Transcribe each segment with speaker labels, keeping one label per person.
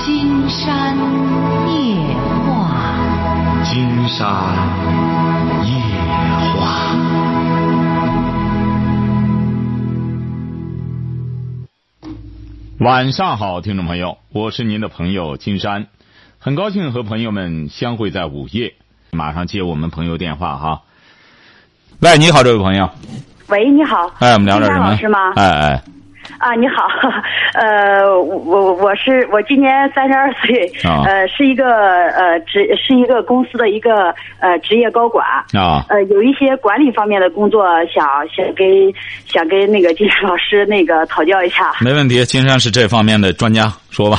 Speaker 1: 金山夜话，
Speaker 2: 金山夜话。晚上好，听众朋友，我是您的朋友金山，很高兴和朋友们相会在午夜。马上接我们朋友电话哈。喂，你好，这位朋友。
Speaker 3: 喂，你好。
Speaker 2: 哎，我们聊点什
Speaker 3: 金山
Speaker 2: 么？
Speaker 3: 老师吗？
Speaker 2: 哎哎，
Speaker 3: 啊，你好， 呃，我我我是我今年三十二岁，
Speaker 2: 啊
Speaker 3: 呃，是一个呃职是一个公司的一个呃职业高管，
Speaker 2: 啊
Speaker 3: 呃，有一些管理方面的工作想想跟想跟那个金山老师那个讨教 一下。
Speaker 2: 没问题，金山是这方面的专家，说 吧。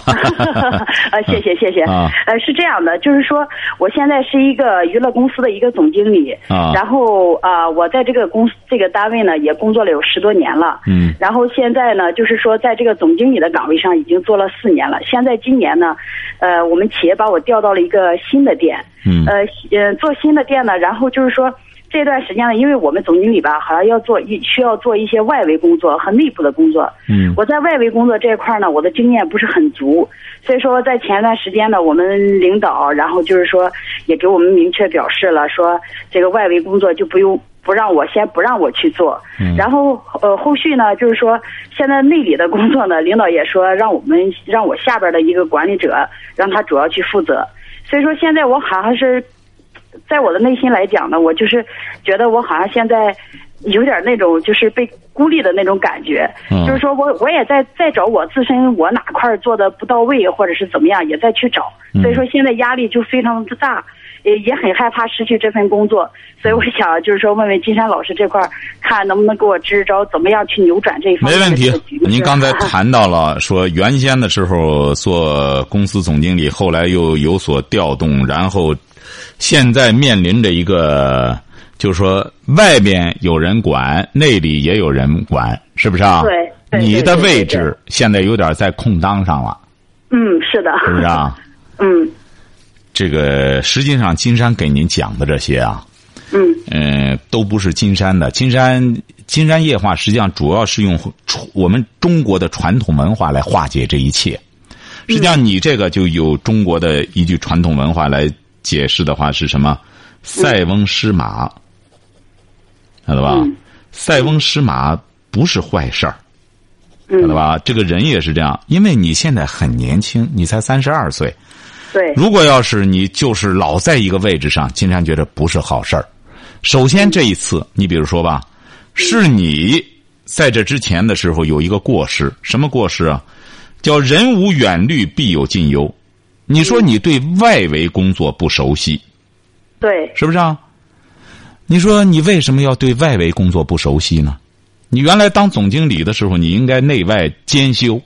Speaker 3: 呃，谢谢谢谢。
Speaker 2: 啊
Speaker 3: 呃，是这样的，就是说，我现在是一个娱乐公司的一个总经理，
Speaker 2: 啊
Speaker 3: 然后啊、呃我在这个公司这个单位呢，也工作了有十多年了，
Speaker 2: 嗯
Speaker 3: 然后现在呢，就是说，在这个总经理的岗位上已经做了四年了。现在今年呢，呃，我们企业把我调到了一个新的店，
Speaker 2: 嗯
Speaker 3: 呃呃，做新的店呢，然后就是说这段时间呢，因为我们总经理吧，好像要做一需要做一些外围工作和内部的工作。
Speaker 2: 嗯
Speaker 3: 我在外围工作这一块儿呢，我的经验不是很足，所以说在前段时间呢，我们领导然后就是说也给我们明确表示了，说这个外围工作就不用不让我先不让我去做。
Speaker 2: 嗯
Speaker 3: 然后呃，后续呢，就是说现在内里的工作呢，领导也说让我们让我下边的一个管理者让他主要去负责，所以说现在我好像是，在我的内心来讲呢，我就是觉得我好像现在有点那种就是被孤立的那种感觉，
Speaker 2: 嗯
Speaker 3: 就是说我我也在在找我自身我哪块儿做的不到位或者是怎么样，也在去找，所以说现在压力就非常之大。也也很害怕失去这份工作，所以我想就是说问问金山老师这块儿，看能不能给我支支招，怎么样去扭转这一方
Speaker 2: 没
Speaker 3: 面
Speaker 2: 问
Speaker 3: 的
Speaker 2: 题
Speaker 3: 这个局。
Speaker 2: 您
Speaker 3: 势
Speaker 2: 刚才
Speaker 3: 啊
Speaker 2: 谈到了说，原先的时候做公司总经理，后来又有所调动，然后现在面临着一个，就是说外边有人管，内里也有人管，是不是啊？
Speaker 3: 对对
Speaker 2: 你的
Speaker 3: 对对
Speaker 2: 位
Speaker 3: 对
Speaker 2: 置现在有点在空当上了，
Speaker 3: 嗯，是的，
Speaker 2: 是不是 啊？
Speaker 3: 嗯
Speaker 2: 这个实际上，金山给您讲的这些啊，
Speaker 3: 嗯
Speaker 2: 嗯，都不是金山的。金山金山夜话实际上主要是用传我们中国的传统文化来化解这一切。
Speaker 3: 嗯
Speaker 2: 实际上，你这个就有中国的一句传统文化来解释的话是什
Speaker 3: 嗯
Speaker 2: 么？塞翁失马，晓得吧
Speaker 3: 嗯？
Speaker 2: 塞翁失马不是坏事儿，晓得
Speaker 3: 嗯，
Speaker 2: 吧？这个人也是这样，因为你现在很年轻，你才三十二岁，
Speaker 3: 对，
Speaker 2: 如果要是你就是老在一个位置上，金山觉得不是好事儿。首先这一次，你比如说吧，是你在这之前的时候有一个过失，什么过失啊？叫人无远虑，必有近忧。你说你对外围工作不熟悉，
Speaker 3: 对，
Speaker 2: 是不是啊？你说你为什么要对外围工作不熟悉呢？你原来当总经理的时候，你应该内外兼修，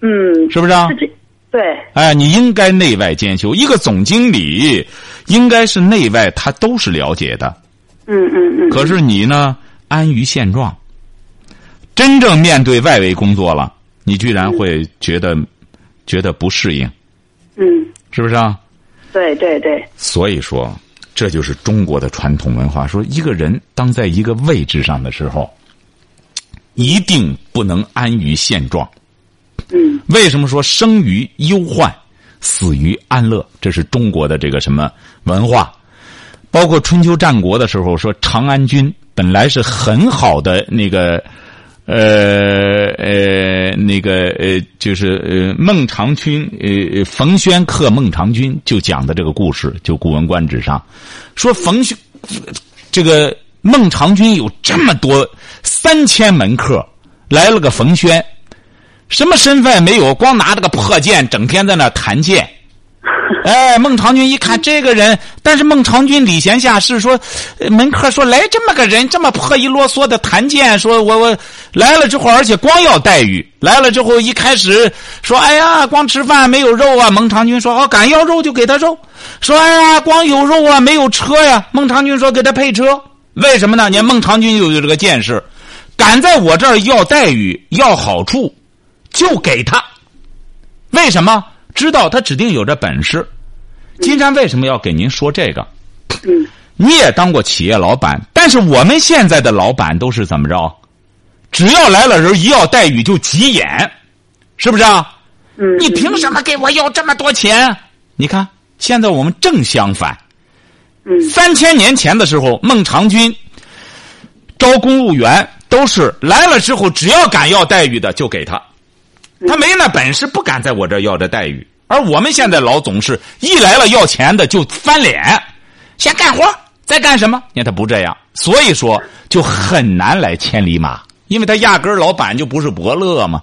Speaker 3: 嗯，
Speaker 2: 是不是啊？
Speaker 3: 是这，对，
Speaker 2: 哎，你应该内外兼修。一个总经理应该是内外他都是了解的，
Speaker 3: 嗯嗯嗯，
Speaker 2: 可是你呢，安于现状。真正面对外围工作了，你居然会觉得觉得不适应，
Speaker 3: 嗯，
Speaker 2: 是不是啊？
Speaker 3: 对对对，
Speaker 2: 所以说，这就是中国的传统文化。说一个人当在一个位置上的时候，一定不能安于现状。
Speaker 3: 嗯
Speaker 2: 为什么说生于忧患，死于安乐？这是中国的这个什么文化？包括春秋战国的时候，说长安军本来是很好的那个，呃呃，那个呃，就是呃，孟尝君，呃，呃冯谖刻孟尝君就讲的这个故事，就《古文观止》上说冯谖这个孟尝君有这么多三千门客，来了个冯谖，什么身份没有，光拿着个破剑，整天在那儿弹剑。哎，孟尝君一看这个人，但是孟尝君礼贤下士说，呃门客说来这么个人，这么破衣啰嗦的弹剑，说我我来了之后，而且光要待遇，来了之后一开始说，哎呀，光吃饭没有肉啊。孟尝君说，哦，敢要肉就给他肉，说哎呀，光有肉啊，没有车呀、孟尝君说给他配车，为什么呢？你看孟尝君就有这个见识，敢在我这儿要待遇要好处，就给他。为什么？知道他指定有这本事。金山为什么要给您说这个？
Speaker 3: 嗯
Speaker 2: 你也当过企业老板，但是我们现在的老板都是怎么着？只要来了人，一要待遇就急眼，是不是啊？
Speaker 3: 嗯，
Speaker 2: 你凭什么给我要这么多钱？你看，现在我们正相反。
Speaker 3: 嗯
Speaker 2: 三千年前的时候，孟尝君招公务员都是来了之后，只要敢要待遇的就给他，
Speaker 3: 嗯
Speaker 2: 他没那本事，不敢在我这儿要这待遇。而我们现在老总是一来了要钱的就翻脸，先干活，再干什么？你看他不这样，所以说就很难来千里马，因为他压根儿老板就不是伯乐嘛。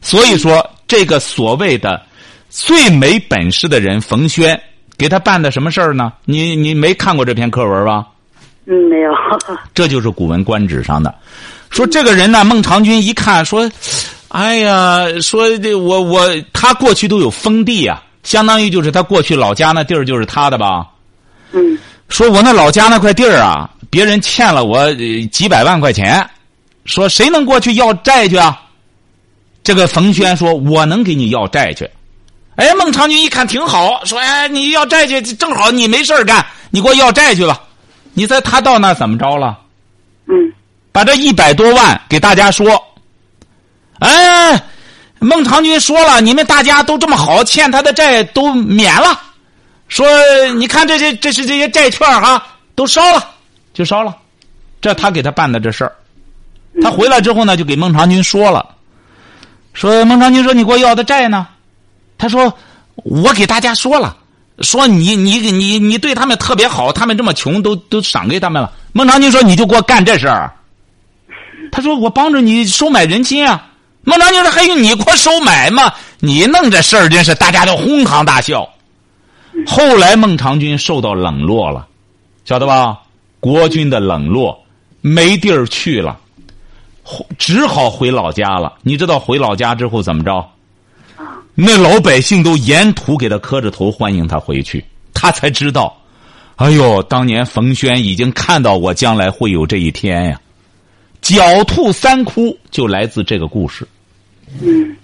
Speaker 2: 所以说，这个所谓的最没本事的人冯轩，给他办的什么事儿呢？你你没看过这篇课文吧？
Speaker 3: 嗯，没有，
Speaker 2: 这就是《古文观止》上的。说这个人呢，孟尝君一看说，哎呀，说这我我他过去都有封地啊，相当于就是他过去老家那地儿就是他的吧。
Speaker 3: 嗯
Speaker 2: 说我那老家那块地儿啊，别人欠了我呃几百万块钱，说谁能过去要债去啊？这个冯轩说：“我能给你要债去。”哎，孟尝君一看挺好，说：“哎，你要债去，正好你没事儿干，你给我要债去吧。”你猜他到那怎么着了？
Speaker 3: 嗯
Speaker 2: 把这一百多万给大家说。哎，孟尝君说了，你们大家都这么好，欠他的债都免了。说你看这些，这是这些债券哈、都烧了，就烧了。这他给他办的这事儿，他回来之后呢，就给孟尝君说了，说孟尝君说你给我要的债呢，他说我给大家说了。说你你你你对他们特别好，他们这么穷都都赏给他们了。孟尝君说你就给我干这事儿，啊他说：“我帮着你收买人心啊。”孟尝君说：“还用你给我收买吗？你弄这事儿真是大家都哄堂大笑。”后来孟尝君受到冷落了，晓得吧？国君的冷落，没地儿去了，回只好回老家了。你知道回老家之后怎么着？那老百姓都沿途给他磕着头欢迎他回去，他才知道，哎呦，当年冯轩已经看到我将来会有这一天呀。狡兔三窟就来自这个故事。
Speaker 3: 嗯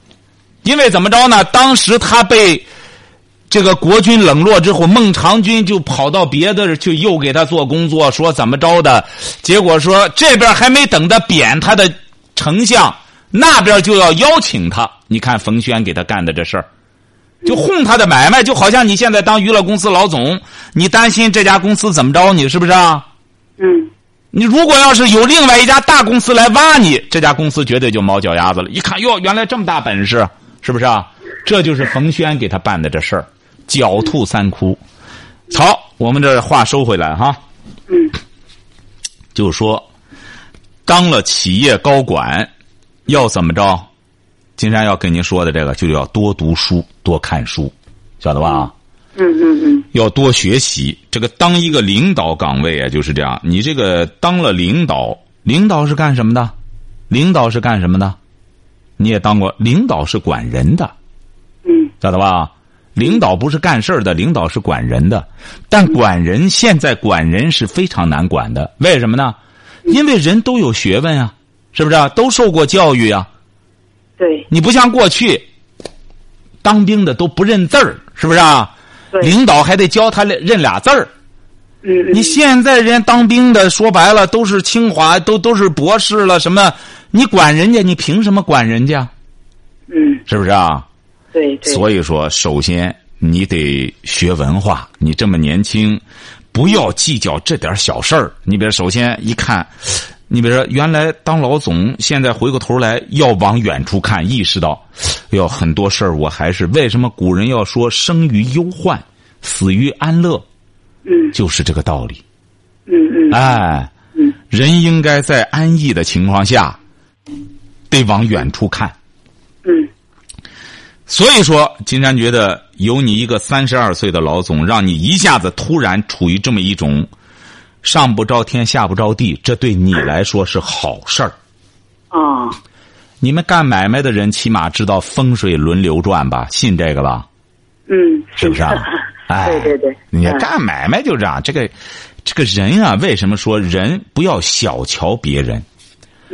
Speaker 2: 因为怎么着呢？当时他被这个国君冷落之后，孟尝君就跑到别的去，又给他做工作，说怎么着的。结果说这边还没等他贬他的丞相，那边就要邀请他。你看冯轩给他干的这事儿。就哄他的买卖，就好像你现在当娱乐公司老总，你担心这家公司怎么着你，是不是啊？
Speaker 3: 嗯
Speaker 2: 你如果要是有另外一家大公司来挖你，这家公司绝对就毛脚丫子了。一看哟，原来这么大本事，是不是啊？这就是冯轩给他办的这事儿，狡兔三窟。好，我们这话收回来哈，
Speaker 3: 嗯
Speaker 2: 就说当了企业高管，要怎么着？金山要跟您说的这个，就要多读书，多看书，晓得吧？
Speaker 3: 嗯嗯嗯
Speaker 2: 要多学习。这个当一个领导岗位啊，就是这样。你这个当了领导，领导是干什么的？领导是干什么的？你也当过，领导是管人的，
Speaker 3: 嗯
Speaker 2: 晓得吧？领导不是干事儿的，领导是管人的。但管人现在管人是非常难管的，为什么呢？因为人都有学问啊，是不是、啊？都受过教育啊。
Speaker 3: 对
Speaker 2: 你不像过去，当兵的都不认字儿，是不是啊？
Speaker 3: 对，
Speaker 2: 领导还得教他认俩字儿。
Speaker 3: 嗯嗯
Speaker 2: 你现在人家当兵的，说白了都是清华，都都是博士了，什么？你管人家，你凭什么管人家？
Speaker 3: 嗯
Speaker 2: 是不是啊？
Speaker 3: 对对，
Speaker 2: 所以说，首先你得学文化。你这么年轻，不要计较这点小事儿。你比如，首先一看，你比如说，原来当老总，现在回过头来要往远处看，意识到，哎呦，很多事儿我还是为什么古人要说“生于忧患，死于安乐”，
Speaker 3: 嗯
Speaker 2: 就是这个道理。
Speaker 3: 嗯 嗯
Speaker 2: 哎，
Speaker 3: 嗯
Speaker 2: 人应该在安逸的情况下，得往远处看。
Speaker 3: 嗯
Speaker 2: 所以说，金山觉得有你一个三十二岁的老总，让你一下子突然处于这么一种上不着天下不着地，这对你来说是好事儿。
Speaker 3: 啊，
Speaker 2: 你们干买卖的人起码知道风水轮流转吧？信这个吧？
Speaker 3: 嗯
Speaker 2: 是不是啊？哎，
Speaker 3: 对对对，
Speaker 2: 你
Speaker 3: 嗯
Speaker 2: 干买卖就这样，这个这个人啊，为什么说人不要小瞧别人？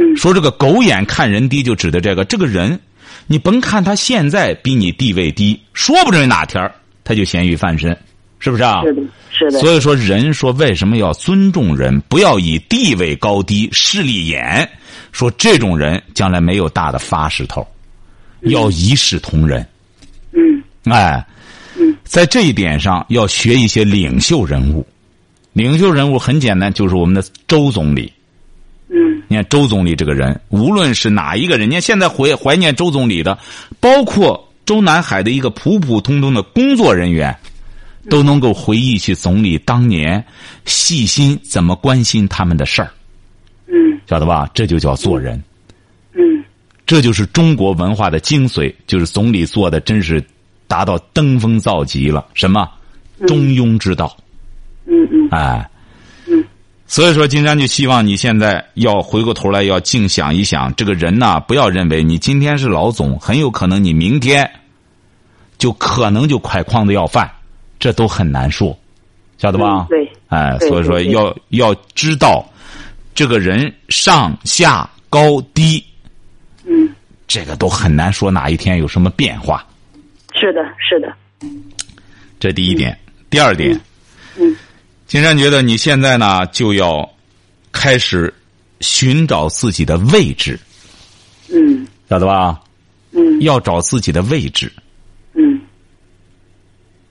Speaker 3: 嗯
Speaker 2: 说这个狗眼看人低，就指的这个这个人，你甭看他现在比你地位低，说不准哪天儿他就咸鱼翻身，是不是啊？
Speaker 3: 是的，是的，
Speaker 2: 所以说，人说为什么要尊重人，不要以地位高低、势利眼，说这种人将来没有大的发势头，要一视同仁，哎，在这一点上要学一些领袖人物。领袖人物很简单，就是我们的周总理。
Speaker 3: 嗯
Speaker 2: 你看周总理这个人，无论是哪一个人，你看现在怀怀念周总理的，包括周南海的一个普普通通的工作人员，都能够回忆起总理当年细心怎么关心他们的事儿，
Speaker 3: 嗯
Speaker 2: 晓得吧？这就叫做人，
Speaker 3: 嗯
Speaker 2: 这就是中国文化的精髓，就是总理做的真是达到登峰造极了。什么？中庸之道。
Speaker 3: 嗯嗯
Speaker 2: 哎，
Speaker 3: 嗯，
Speaker 2: 所以说金山就希望你现在要回过头来，要静想一想，这个人呐、不要认为你今天是老总，很有可能你明天就可能就拐筐子要饭，这都很难说，晓得吧？
Speaker 3: 嗯对
Speaker 2: 哎，
Speaker 3: 对
Speaker 2: 所以说
Speaker 3: 对对
Speaker 2: 要要知道这个人上下高低，
Speaker 3: 嗯，
Speaker 2: 这个都很难说哪一天有什么变化，
Speaker 3: 是的，是的，
Speaker 2: 这第一点。第二点，
Speaker 3: 嗯
Speaker 2: 金山觉得你现在呢就要开始寻找自己的位置，
Speaker 3: 嗯
Speaker 2: 晓得吧？
Speaker 3: 嗯
Speaker 2: 要找自己的位置，
Speaker 3: 嗯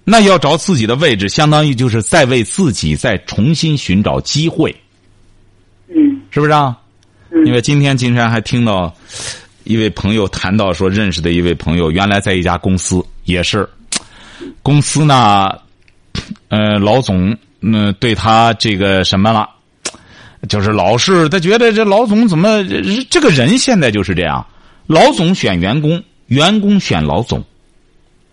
Speaker 2: 那要找自己的位置，相当于就是在为自己再重新寻找机会，
Speaker 3: 嗯
Speaker 2: 是不是啊？
Speaker 3: 嗯
Speaker 2: 因为今天金山还听到一位朋友谈到说，认识的一位朋友原来在一家公司，也是公司呢，呃，老总嗯、呃对他这个什么了，就是老是他觉得这老总怎么这这个人现在就是这样，老总选员工，员工选老总。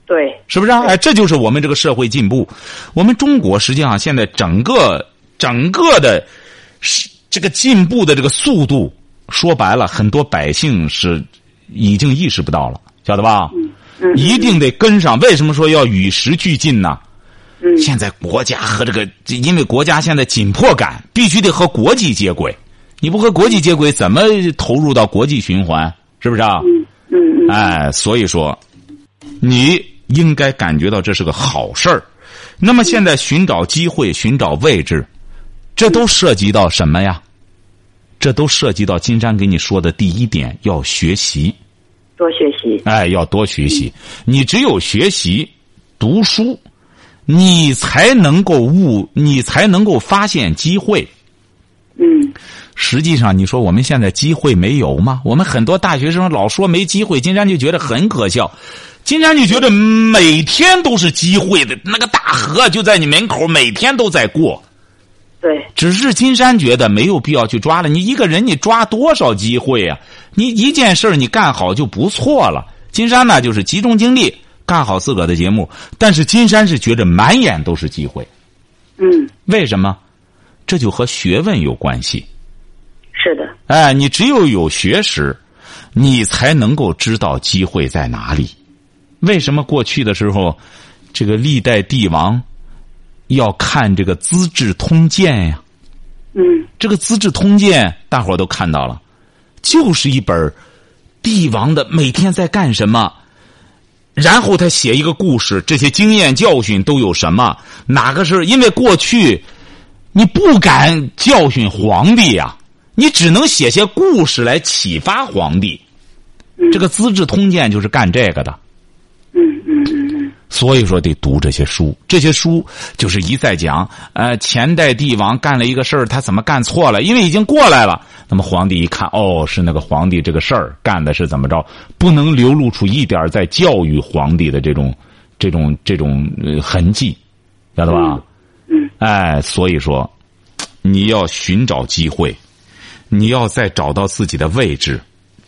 Speaker 3: 对，
Speaker 2: 是不是啊？哎，这就是我们这个社会进步。我们中国实际上现在整个整个的，是这个进步的这个速度，说白了，很多百姓是已经意识不到了，晓得吧？
Speaker 3: 嗯
Speaker 2: 一定得跟上。为什么说要与时俱进呢？
Speaker 3: 嗯
Speaker 2: 现在国家和这个，因为国家现在紧迫感，必须得和国际接轨。你不和国际接轨，怎么投入到国际循环？是不是啊？
Speaker 3: 嗯嗯嗯
Speaker 2: 哎，所以说，你应该感觉到这是个好事儿。那么现在寻找机会、寻找位置，这都涉及到什么呀？这都涉及到金山给你说的第一点，要学习。
Speaker 3: 多学习，
Speaker 2: 哎，要多学习。你只有学习、读书，你才能够悟，你才能够发现机会。
Speaker 3: 嗯
Speaker 2: 实际上，你说我们现在机会没有吗？我们很多大学生老说没机会，金山就觉得很可笑。金山就觉得每天都是机会的，那个大河就在你门口，每天都在过。
Speaker 3: 对，
Speaker 2: 只是金山觉得没有必要去抓了。你一个人，你抓多少机会啊？你一件事儿你干好就不错了。金山呢，就是集中精力干好自个儿的节目，但是金山是觉得满眼都是机会，
Speaker 3: 嗯
Speaker 2: 为什么？这就和学问有关系。
Speaker 3: 是的，
Speaker 2: 哎，你只有有学识，你才能够知道机会在哪里。为什么过去的时候，这个历代帝王要看这个《资治通鉴》呀？
Speaker 3: 嗯
Speaker 2: 这个《资治通鉴》大伙儿都看到了，就是一本儿帝王的每天在干什么，然后他写一个故事，这些经验教训都有什么？哪个是因为过去你不敢教训皇帝呀、你只能写些故事来启发皇帝。这个《资治通鉴》就是干这个的。
Speaker 3: 嗯嗯嗯
Speaker 2: 所以说得读这些书，这些书就是一再讲，呃，前代帝王干了一个事儿，他怎么干错了？因为已经过来了，那么皇帝一看，哦，是那个皇帝这个事儿干的是怎么着，不能流露出一点儿在教育皇帝的这种、这种、这种、呃、痕迹，晓得吧？
Speaker 3: 嗯，
Speaker 2: 哎，所以说，你要寻找机会，你要再找到自己的位置，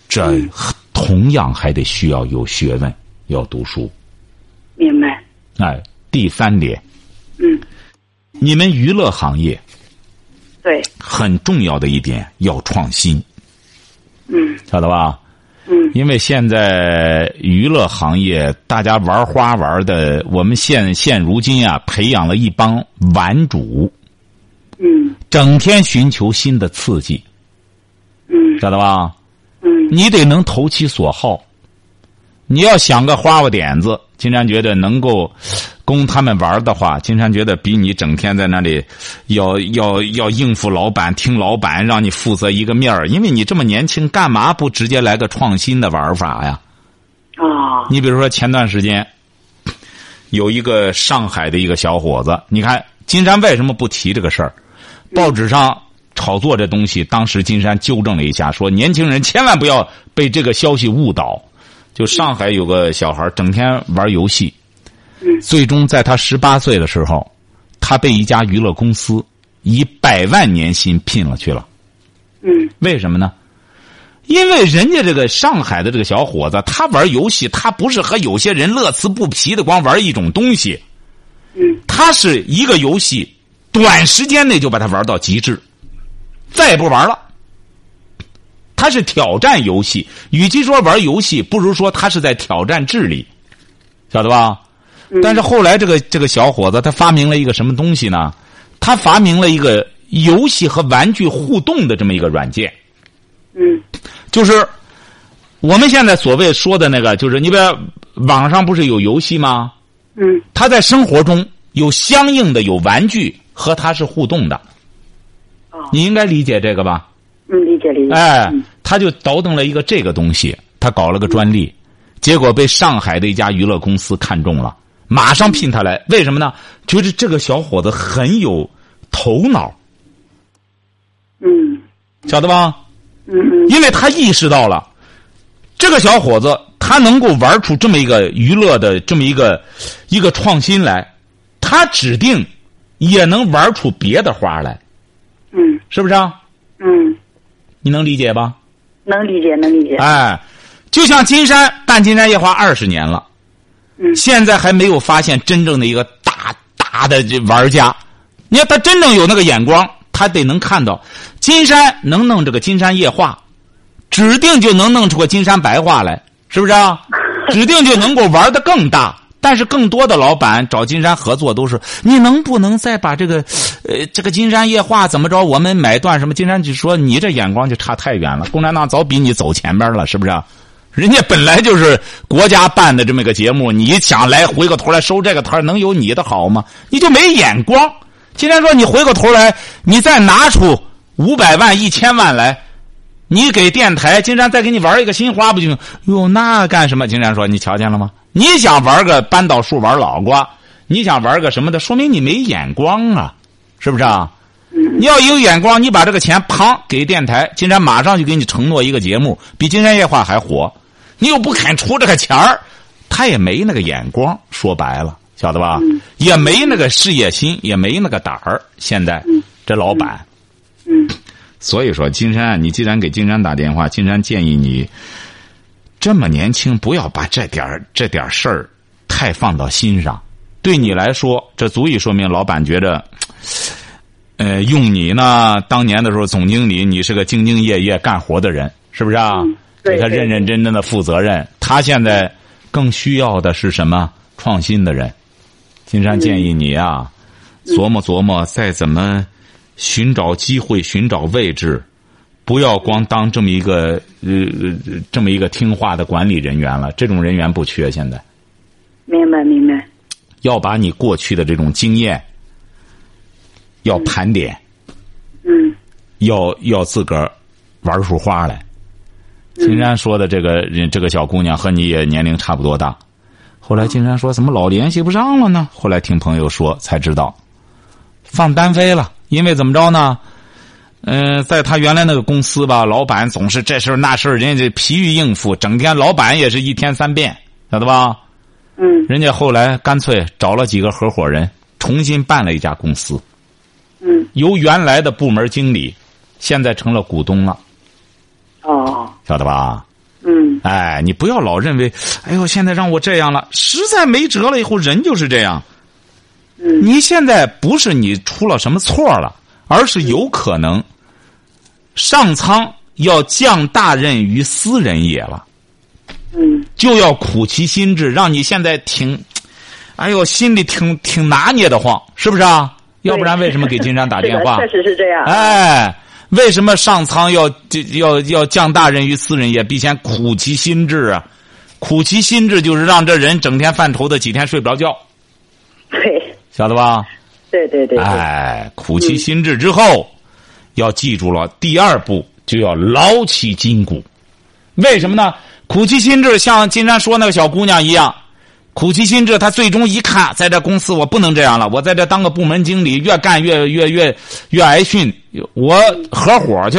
Speaker 2: 这
Speaker 3: 嗯
Speaker 2: 同样还得需要有学问，要读书。
Speaker 3: 明白，
Speaker 2: 哎，第三点，
Speaker 3: 嗯，
Speaker 2: 你们娱乐行业
Speaker 3: 对，
Speaker 2: 很重要的一点要创新，
Speaker 3: 嗯
Speaker 2: 晓得吧？
Speaker 3: 嗯
Speaker 2: 因为现在娱乐行业大家玩花玩的，我们现现如今啊，培养了一帮玩主，
Speaker 3: 嗯
Speaker 2: 整天寻求新的刺激，
Speaker 3: 嗯
Speaker 2: 晓得吧？
Speaker 3: 嗯
Speaker 2: 你得能投其所好。你要想个花花点子，金山觉得能够供他们玩的话，金山觉得比你整天在那里要要要应付老板、听老板，让你负责一个面儿，因为你这么年轻，干嘛不直接来个创新的玩法呀？
Speaker 3: 啊，
Speaker 2: 你比如说前段时间，有一个上海的一个小伙子，你看金山为什么不提这个事儿？报纸上炒作这东西，当时金山纠正了一下，说年轻人千万不要被这个消息误导。就上海有个小孩儿整天玩游戏，最终在他十八岁的时候，他被一家娱乐公司以百万年薪聘了去了。
Speaker 3: 嗯
Speaker 2: 为什么呢？因为人家这个上海的这个小伙子，他玩游戏，他不是和有些人乐此不疲的光玩一种东西，
Speaker 3: 嗯
Speaker 2: 他是一个游戏，短时间内就把它玩到极致，再也不玩了。他是挑战游戏，与其说玩游戏，不如说他是在挑战智力，晓得吧？但是后来这个这个小伙子他发明了一个什么东西呢？他发明了一个游戏和玩具互动的这么一个软件。
Speaker 3: 嗯
Speaker 2: 就是我们现在所谓说的那个，就是你比如网上不是有游戏吗？
Speaker 3: 嗯
Speaker 2: 它在生活中有相应的有玩具和它是互动的，
Speaker 3: 哦
Speaker 2: 你应该理解这个吧？
Speaker 3: 嗯，理解理解。
Speaker 2: 哎
Speaker 3: 嗯，
Speaker 2: 他就倒腾了一个这个东西，他搞了个专利，结果被上海的一家娱乐公司看中了，马上聘他来。为什么呢？觉得这个小伙子很有头脑，
Speaker 3: 嗯
Speaker 2: 晓得吧？
Speaker 3: 嗯嗯
Speaker 2: 因为他意识到了，这个小伙子他能够玩出这么一个娱乐的这么一个一个创新来，他指定也能玩出别的花来，
Speaker 3: 嗯
Speaker 2: 是不是啊？
Speaker 3: 嗯，
Speaker 2: 你能理解吧？
Speaker 3: 能理解能理解。
Speaker 2: 哎，就像金山办金山夜话二十年了，
Speaker 3: 嗯
Speaker 2: 现在还没有发现真正的一个大大的这玩家。你看他真正有那个眼光，他得能看到金山能弄这个金山夜话，指定就能弄出个金山白话来，是不是啊？指定就能够玩的更大。但是更多的老板找金山合作都是，你能不能再把这个，呃，这个金山夜话怎么着？我们买断什么？金山就说你这眼光就差太远了，共产党早比你走前边了，是不是啊？人家本来就是国家办的这么一个节目，你想来回过头来收这个摊儿能有你的好吗？你就没眼光。金山说，你回过头来，你再拿出五百万、一千万来，你给电台金山再给你玩一个新花不就行？哟，那干什么？金山说，你瞧见了吗？你想玩个扳倒树玩脑瓜，你想玩个什么的，说明你没眼光啊，是不是啊？你要有眼光，你把这个钱砰给电台，金山马上就给你承诺一个节目，比《金山夜话》还火。你又不肯出这个钱儿，他也没那个眼光，说白了，晓得吧？
Speaker 3: 嗯
Speaker 2: 也没那个事业心，也没那个胆儿。现在这老板，
Speaker 3: 嗯
Speaker 2: 所以说，金山，啊你既然给金山打电话，金山建议你这么年轻，不要把这点儿这点儿事儿太放到心上。对你来说，这足以说明老板觉着，呃，用你呢，当年的时候总经理，你是个兢兢业业干活的人，是不是啊？
Speaker 3: 嗯对
Speaker 2: 给他
Speaker 3: 对
Speaker 2: 认认真真的负责任。他现在更需要的是什么？创新的人。金山建议你啊，
Speaker 3: 嗯
Speaker 2: 琢磨琢磨，再怎么寻找机会、寻找位置，不要光当这么一个呃呃这么一个听话的管理人员了。这种人员不缺，现在
Speaker 3: 明白明白。
Speaker 2: 要把你过去的这种经验要盘点，
Speaker 3: 嗯
Speaker 2: 要要自个儿玩出花来。金山说的这个人，这个小姑娘和你也年龄差不多大。后来金山说怎么老联系不上了呢？后来听朋友说才知道，放单飞了。因为怎么着呢？嗯、在他原来那个公司吧，老板总是这事儿那事儿，人家疲于应付，整天老板也是一天三变，晓得吧？
Speaker 3: 嗯
Speaker 2: 人家后来干脆找了几个合伙人，重新办了一家公司。
Speaker 3: 嗯
Speaker 2: 由原来的部门经理，现在成了股东了，
Speaker 3: 哦
Speaker 2: 晓得吧？
Speaker 3: 嗯
Speaker 2: 哎，你不要老认为，哎呦，现在让我这样了，实在没辙了，以后人就是这样。
Speaker 3: 嗯
Speaker 2: 你现在不是你出了什么错了，而是有可能上苍要降大任于斯人也了。
Speaker 3: 嗯
Speaker 2: 就要苦其心志，让你现在挺，哎呦，心里挺挺拿捏的慌，是不是啊？要不然为什么给金山打电话？
Speaker 3: 是的确实是这样。
Speaker 2: 哎，为什么上苍要这要要降大任于斯人也，必先苦其心志啊？苦其心志就是让这人整天犯愁的，几天睡不着觉，
Speaker 3: 对
Speaker 2: 晓得吧？
Speaker 3: 对对对对。
Speaker 2: 哎，苦其心志之后，要记住了，第二步就要劳其筋骨。为什么呢？苦其心志，像金山说那个小姑娘一样，苦其心志，他最终一看，在这公司我不能这样了，我在这当个部门经理，越干越越越越挨训。我合伙去，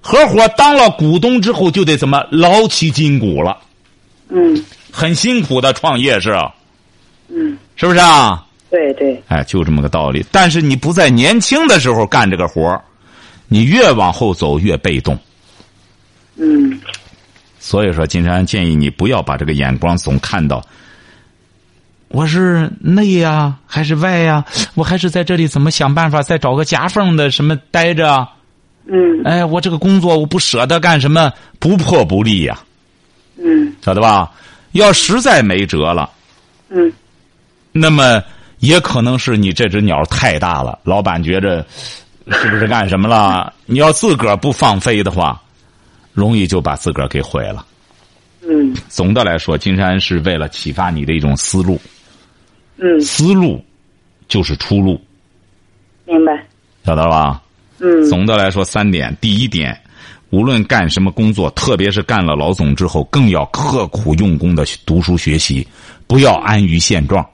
Speaker 2: 合伙当了股东之后就得怎么劳其筋骨了，
Speaker 3: 嗯
Speaker 2: 很辛苦的创业是啊，
Speaker 3: 嗯，
Speaker 2: 是不是啊？
Speaker 3: 对对，
Speaker 2: 哎，就这么个道理。但是你不在年轻的时候干这个活儿你越往后走越被动。
Speaker 3: 嗯
Speaker 2: 所以说，金山建议你不要把这个眼光总看到我是内呀、还是外呀、我还是在这里怎么想办法再找个夹缝的什么待着啊？
Speaker 3: 嗯
Speaker 2: 哎，我这个工作我不舍得干什么，不破不立呀、
Speaker 3: 嗯
Speaker 2: 晓得吧？要实在没辙了，
Speaker 3: 嗯
Speaker 2: 那么也可能是你这只鸟太大了，老板觉着是不是干什么了？你要自个儿不放飞的话，容易就把自个儿给毁了。
Speaker 3: 嗯
Speaker 2: 总的来说，金山是为了启发你的一种思路，
Speaker 3: 嗯，
Speaker 2: 思路就是出路，
Speaker 3: 明白。
Speaker 2: 晓得了吧？
Speaker 3: 嗯
Speaker 2: 总的来说，三点：第一点，无论干什么工作，特别是干了老总之后，更要刻苦用功的读书学习，不要安于现状，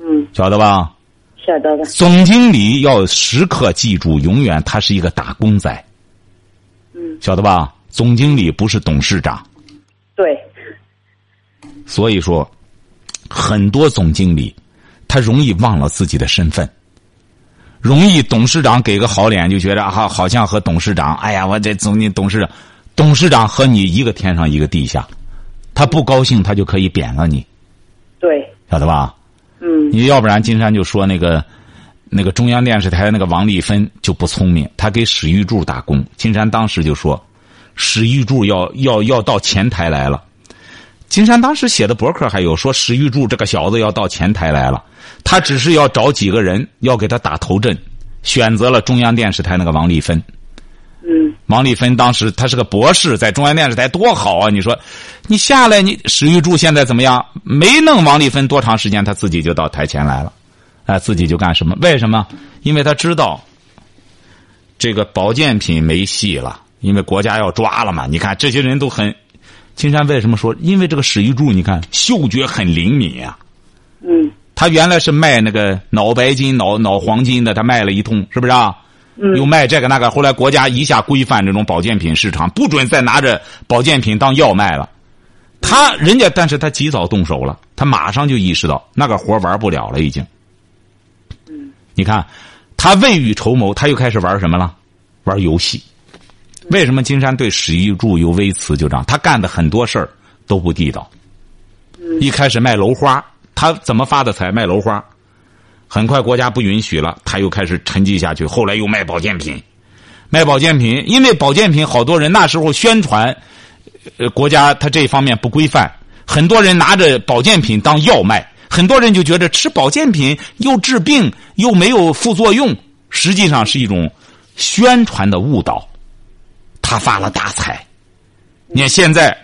Speaker 3: 嗯，
Speaker 2: 晓得吧？
Speaker 3: 晓得了。
Speaker 2: 总经理要时刻记住，永远他是一个打工仔，
Speaker 3: 嗯，
Speaker 2: 晓得吧？总经理不是董事长，
Speaker 3: 对，
Speaker 2: 所以说，很多总经理他容易忘了自己的身份，容易董事长给个好脸就觉得啊，好像和董事长，哎呀，我这总经理董事长，董事长和你一个天上一个地下，他不高兴他就可以贬了你，
Speaker 3: 对，
Speaker 2: 晓得吧？
Speaker 3: 嗯
Speaker 2: 你要不然金山就说那个那个中央电视台那个王丽芬就不聪明，她给史玉柱打工。金山当时就说，史玉柱要要要到前台来了。金山当时写的博客还有说史玉柱这个小子要到前台来了，他只是要找几个人要给他打头阵，选择了中央电视台那个王丽芬。
Speaker 3: 嗯
Speaker 2: 王丽芬当时她是个博士，在中央电视台多好啊！你说，你下来，你史玉柱现在怎么样？没弄王丽芬多长时间，他自己就到台前来了，哎、自己就干什么？为什么？因为他知道这个保健品没戏了，因为国家要抓了嘛。你看这些人都很，金山为什么说？因为这个史玉柱，你看嗅觉很灵敏啊。
Speaker 3: 嗯
Speaker 2: 他原来是卖那个脑白金、脑脑黄金的，他卖了一通，是不是啊？
Speaker 3: 嗯
Speaker 2: 又卖这个那个，后来国家一下规范这种保健品市场，不准再拿着保健品当药卖了。他人家，但是他及早动手了，他马上就意识到那个活玩不了了，已经。你看，他未雨绸缪，他又开始玩什么了？玩游戏。为什么金山对史玉柱有微词？就这样，他干的很多事儿都不地道。一开始卖楼花，他怎么发的财？卖楼花，很快国家不允许了，他又开始沉寂下去。后来又卖保健品，卖保健品，因为保健品好多人那时候宣传，呃，国家他这方面不规范，很多人拿着保健品当药卖，很多人就觉得吃保健品又治病又没有副作用，实际上是一种宣传的误导。他发了大财，你看现在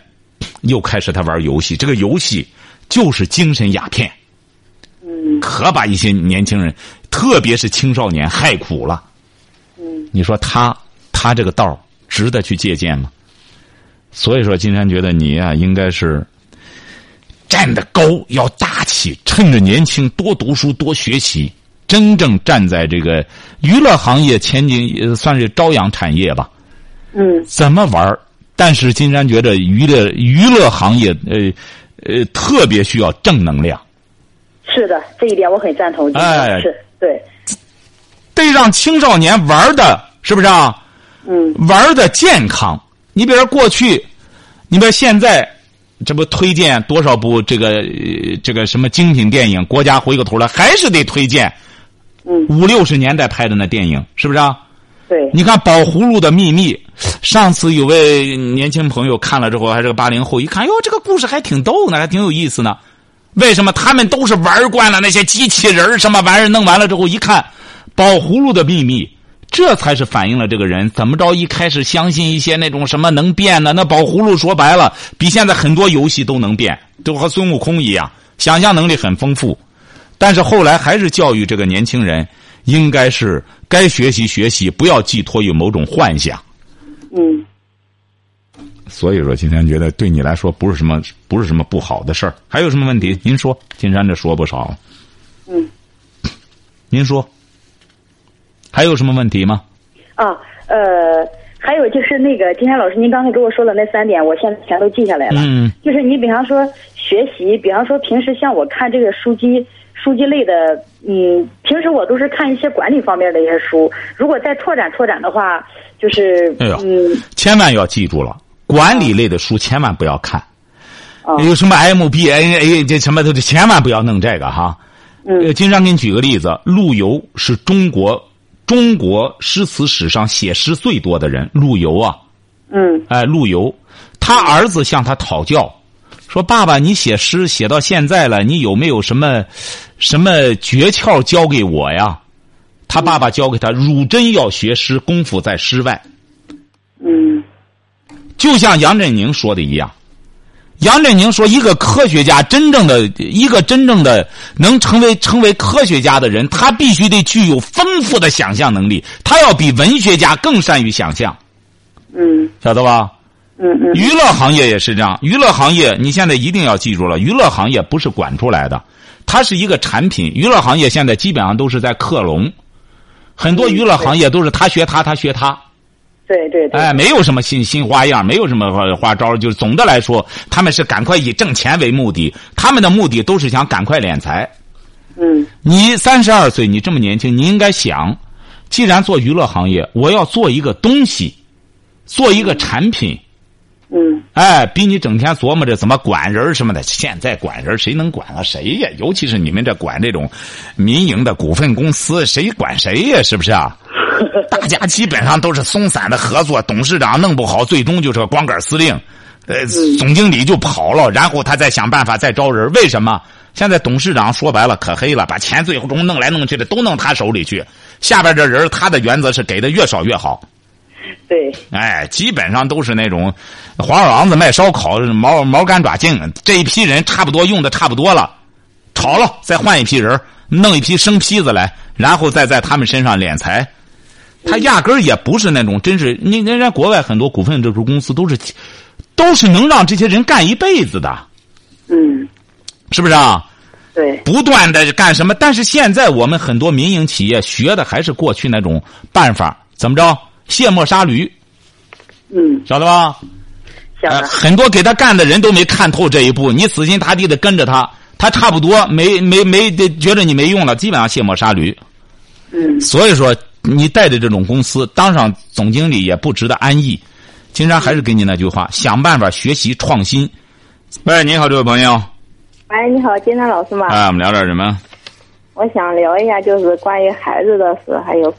Speaker 2: 又开始他玩游戏，这个游戏就是精神鸦片，
Speaker 3: 嗯
Speaker 2: 可把一些年轻人，特别是青少年害苦了。
Speaker 3: 嗯
Speaker 2: 你说他他这个道儿值得去借鉴吗？所以说，金山觉得你啊，应该是站得高，要大气，趁着年轻多读书多学习，真正站在这个娱乐行业前景，呃算是朝阳产业吧。
Speaker 3: 嗯
Speaker 2: 怎么玩儿但是金山觉得娱乐娱乐行业，呃呃，特别需要正能量。
Speaker 3: 是的，这一点我很赞同。
Speaker 2: 哎
Speaker 3: 是对，
Speaker 2: 得让青少年玩的，是不是啊？
Speaker 3: 嗯
Speaker 2: 玩的健康。你比如说过去，你比如现在，这不推荐多少部这个呃这个什么精品电影？国家回过头来还是得推荐
Speaker 3: 嗯，
Speaker 2: 五六十年代拍的那电影，是不是啊？
Speaker 3: 对，
Speaker 2: 你看《宝葫芦的秘密》，上次有位年轻朋友看了之后，还是个八零后，一看哟，这个故事还挺逗呢，还挺有意思呢。为什么他们都是玩惯了那些机器人儿什么玩意儿？弄完了之后一看，《宝葫芦的秘密》，这才是反映了这个人怎么着一开始相信一些那种什么能变的。那宝葫芦说白了，比现在很多游戏都能变，都和孙悟空一样，想象能力很丰富。但是后来还是教育这个年轻人，应该是该学习学习，不要寄托于某种幻想。
Speaker 3: 嗯
Speaker 2: 所以说，金山觉得对你来说不是什么不是什么不好的事儿。还有什么问题？您说，金山这说不少。
Speaker 3: 嗯，
Speaker 2: 您说，还有什么问题吗？
Speaker 4: 啊，呃，还有就是那个金山老师，您刚才给我说的那三点，我现在全都记下来了。
Speaker 2: 嗯，
Speaker 4: 就是你比方说学习，比方说平时像我看这个书籍。书籍类的，嗯，平时我都是看一些管理方面的一些书。如果再拓展拓展的话，就是，
Speaker 2: 哎呦
Speaker 4: 嗯，
Speaker 2: 千万要记住了，管理类的书千万不要看。
Speaker 4: 哦
Speaker 2: 有什么 MBA 这什么的，千万不要弄这个哈。呃，金山给你举个例子，陆游是中国中国诗词史上写诗最多的人，陆游啊，
Speaker 4: 嗯，
Speaker 2: 哎，陆游，他儿子向他讨教，说：“爸爸，你写诗写到现在了，你有没有什么什么诀窍教给我呀？”他爸爸教给他：“汝真要学诗，功夫在诗外。”
Speaker 4: 嗯，
Speaker 2: 就像杨振宁说的一样，杨振宁说，一个科学家真正的一个真正的能成为成为科学家的人，他必须得具有丰富的想象能力，他要比文学家更善于想象，
Speaker 4: 嗯，
Speaker 2: 晓得吧？
Speaker 4: 嗯嗯，
Speaker 2: 娱乐行业也是这样，娱乐行业你现在一定要记住了，娱乐行业不是管出来的，它是一个产品。娱乐行业现在基本上都是在克隆，很多娱乐行业都是他学他，他学他。
Speaker 4: 对对对，
Speaker 2: 哎，没有什么新新花样，没有什么花花招，就是总的来说，他们是赶快以挣钱为目的，他们的目的都是想赶快敛财。
Speaker 4: 嗯
Speaker 2: 你三十二岁，你这么年轻，你应该想，既然做娱乐行业，我要做一个东西，做一个产品，
Speaker 4: 嗯
Speaker 2: 哎，比你整天琢磨着怎么管人儿什么的，现在管人儿谁能管啊谁呀？尤其是你们这管这种民营的股份公司，谁管谁呀？是不是啊？大家基本上都是松散的合作，董事长弄不好，最终就是个光杆司令，呃，总经理就跑了，然后他再想办法再招人。为什么？现在董事长说白了可黑了，把钱最终弄来弄去的都弄他手里去，下边这人儿他的原则是给的越少越好。
Speaker 4: 对，
Speaker 2: 哎，基本上都是那种黄鼠狼子卖烧烤，毛毛干爪净。这一批人差不多用的差不多了，炒了再换一批人，弄一批生坯子来，然后再在他们身上敛财。他压根儿也不是那种，真是你人家国外很多股份这种公司都是，都是能让这些人干一辈子的，
Speaker 4: 嗯
Speaker 2: 是不是啊？
Speaker 4: 对，
Speaker 2: 不断的干什么？但是现在我们很多民营企业学的还是过去那种办法，怎么着？卸磨杀驴，
Speaker 4: 嗯，
Speaker 2: 晓得吧？
Speaker 4: 想
Speaker 2: 呃，
Speaker 4: 着，
Speaker 2: 很多给他干的人都没看透这一步，你死心塌地的跟着他，他差不多没没没得觉得你没用了，基本上卸磨杀驴。
Speaker 4: 嗯
Speaker 2: 所以说，你带着这种公司当上总经理也不值得安逸。金山还是给你那句话，想办法学习创新。喂，你好，这位朋友，
Speaker 5: 喂，你好，金山老师吗？
Speaker 2: 哎，我们聊点什么？
Speaker 5: 我想聊一下，就是关于孩子的事，还有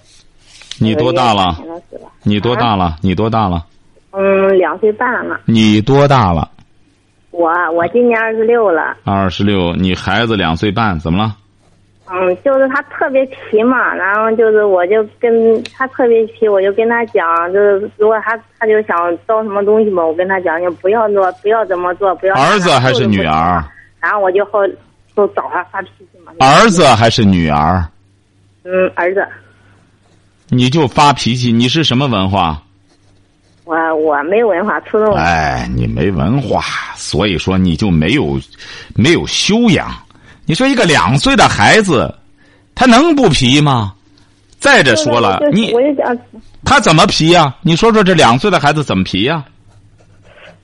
Speaker 2: 你多大
Speaker 3: 哎
Speaker 5: 婚姻
Speaker 2: 了
Speaker 5: 感情？的事吧。
Speaker 2: 你多大了？你多大了？
Speaker 5: 嗯，两岁半了。
Speaker 2: 你多大了？
Speaker 5: 我我
Speaker 2: 啊
Speaker 5: 今年二十六了。
Speaker 2: 二十六，你孩子两岁半，怎么了？
Speaker 5: 嗯，就是他特别皮嘛，然后就是我就跟他特别皮，我就跟他讲，就是如果他他就想招什么东西嘛，我跟他讲，就不要做，不要怎么做，不要。
Speaker 2: 儿子还是女啊儿？
Speaker 5: 然后我就后就找他发脾气嘛。
Speaker 2: 儿子还是女儿？
Speaker 5: 嗯，儿子，
Speaker 2: 你就发脾气，你是什么文化？
Speaker 5: 我我没文化，初中文化。
Speaker 2: 哎，你没文化，所以说你就没有没有修养。你说一个两岁的孩子，他能不皮吗？再者说了，
Speaker 5: 就是
Speaker 2: 你
Speaker 5: 我就想
Speaker 2: 他怎么皮呀、你说说这两岁的孩子怎么皮呀、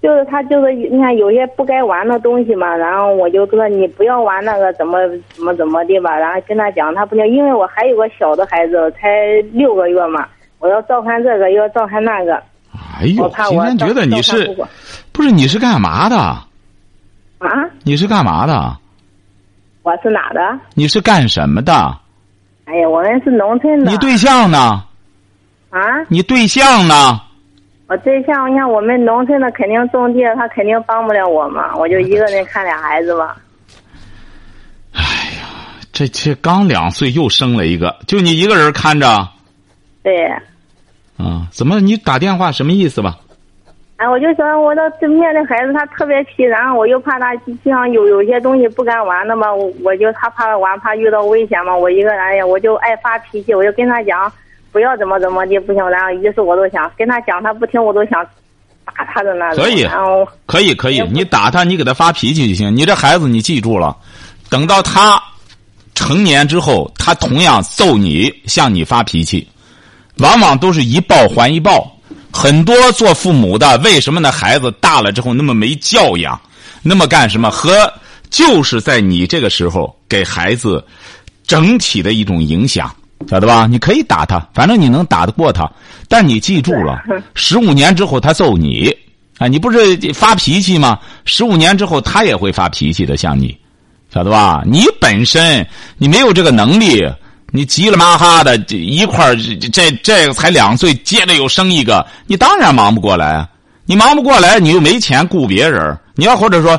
Speaker 5: 就是他就是你看有些不该玩的东西嘛，然后我就说你不要玩那个怎么怎么怎么的吧，然后跟他讲他不听，因为我还有个小的孩子才六个月嘛，我要照看这个又要照看那个，
Speaker 2: 哎
Speaker 5: 我
Speaker 2: 呦，
Speaker 5: 怕
Speaker 2: 今
Speaker 5: 哦我
Speaker 2: 天
Speaker 5: 照
Speaker 2: 觉得你
Speaker 5: 照看不
Speaker 2: 是
Speaker 5: 过
Speaker 2: 不是你是干嘛的？
Speaker 5: 啊，
Speaker 2: 你是干嘛的？
Speaker 5: 我是哪的？
Speaker 2: 你是干什么的？
Speaker 5: 哎呀，我们是农村的。
Speaker 2: 你对象呢？
Speaker 5: 啊，
Speaker 2: 你对象呢？
Speaker 5: 我对象，你看我们农村的肯定种地，他肯定帮不了我嘛，我就一个人看俩孩子吧。
Speaker 2: 这这刚两岁又生了一个，就你一个人看着啊、
Speaker 5: 对，
Speaker 2: 怎么你打电话什么意思吧？
Speaker 5: 哎，我就说我的对面的孩子他特别皮，然后我又怕他经常有有些东西不敢玩的嘛，我我就他怕玩怕遇到危险嘛，我一个人呀，我就爱发脾气，我就跟他讲不要怎么怎么的不行，然后一是我都想跟他讲，他不听我都想打他的那种。
Speaker 2: 可以
Speaker 5: 然后
Speaker 2: 可以可以，你打他，你给他发脾气就行。你这孩子，你记住了，等到他成年之后，他同样揍你，向你发脾气，往往都是一报还一报。很多做父母的，为什么呢？孩子大了之后那么没教养，那么干什么？和就是在你这个时候给孩子整体的一种影响，晓得吧？你可以打他，反正你能打得过他，但你记住了，十五年之后他揍你，啊，你不是发脾气吗？十五年之后他也会发脾气的，像你，晓得吧？你本身你没有这个能力，你急了嘛哈的这一块儿这这这个才两岁，接着又生一个，你当然忙不过来啊。你忙不过来，你又没钱雇别人儿，你要或者说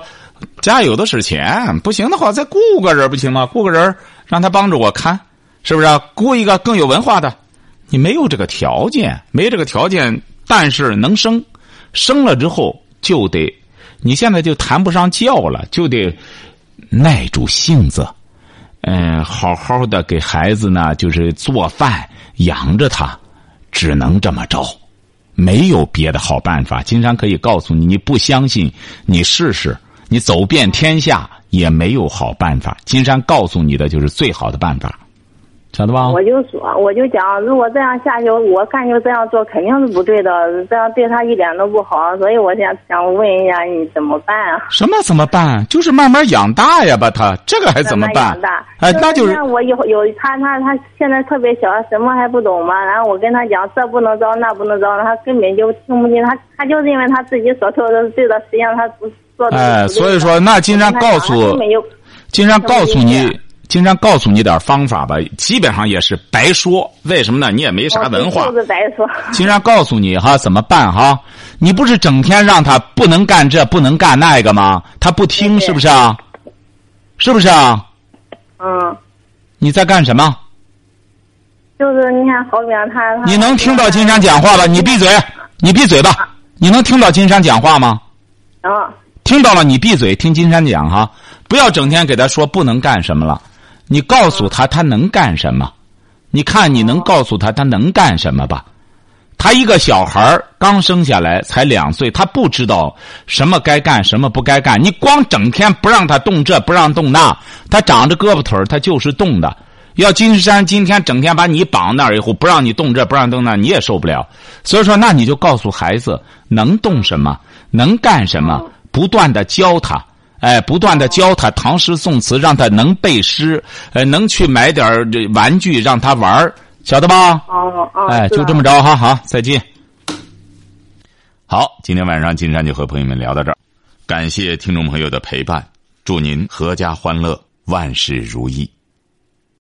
Speaker 2: 家有的是钱，不行的话再雇个人儿不行吗？雇个人儿让他帮着我看，是不是、啊？雇一个更有文化的，你没有这个条件，没这个条件，但是能生，生了之后就得，你现在就谈不上教了，就得耐住性子，嗯、好好的给孩子呢，就是做饭养着他，只能这么着。没有别的好办法。金山可以告诉你，你不相信，你试试，你走遍天下也没有好办法。金山告诉你的就是最好的办法，晓得吧？
Speaker 5: 我就说，我就讲，如果这样下去，我感觉这样做肯定是不对的，这样对他一点都不好，所以我想想问一下你怎么办啊？
Speaker 2: 什么怎么办？就是慢慢养大呀，把他这个还怎么办
Speaker 5: 慢慢养大？
Speaker 2: 哎，那就是
Speaker 5: 像我有有他他他现在特别小，什么还不懂嘛。然后我跟他讲这不能招那不能招，他根本就听不进。他他就是因为他自己所做的是对的，实际上他不做的是不对的。
Speaker 2: 哎所以说那金山告诉
Speaker 5: 我跟他讲他根本就
Speaker 2: 经常告诉
Speaker 5: 什么意
Speaker 2: 你
Speaker 5: 思，
Speaker 2: 经常告诉你点方法吧，基本上也是白说。为什么呢？你也没啥文化
Speaker 5: 我就。是白说。
Speaker 2: 经常告诉你哈，怎么办哈？你不是整天让他不能干这，不能干那个吗？他不听是不是啊？是不是啊？
Speaker 5: 嗯，
Speaker 2: 你在干什
Speaker 5: 啊
Speaker 2: 么？
Speaker 5: 就是你看，好比方他他
Speaker 2: 你能听到金山讲话吧？你闭嘴，你闭嘴吧。你能听到金山讲话吗？
Speaker 5: 嗯
Speaker 2: 听到了，你闭嘴，听金山讲哈，不要整天给他说不能干什么了。你告诉他他能干什么，你看你能告诉他他能干什么吧？他一个小孩儿刚生下来才两岁，他不知道什么该干，什么不该干。你光整天不让他动这，不让动那，他长着胳膊腿儿他就是动的。要金山今天整天把你绑那儿以后，不让你动这，不让动那，你也受不了。所以说，那你就告诉孩子能动什么，能干什么，不断的教他。哎，不断的教他唐诗宋词，让他能背诗，呃，能去买点儿这玩具让他玩儿晓得吧？
Speaker 5: 哦哦，
Speaker 2: 哎，
Speaker 5: 是
Speaker 2: 就
Speaker 5: 吧
Speaker 2: 这么着哈，好，再见。好，今天晚上金山就和朋友们聊到这儿，感谢听众朋友的陪伴，祝您阖家欢乐，万事如意。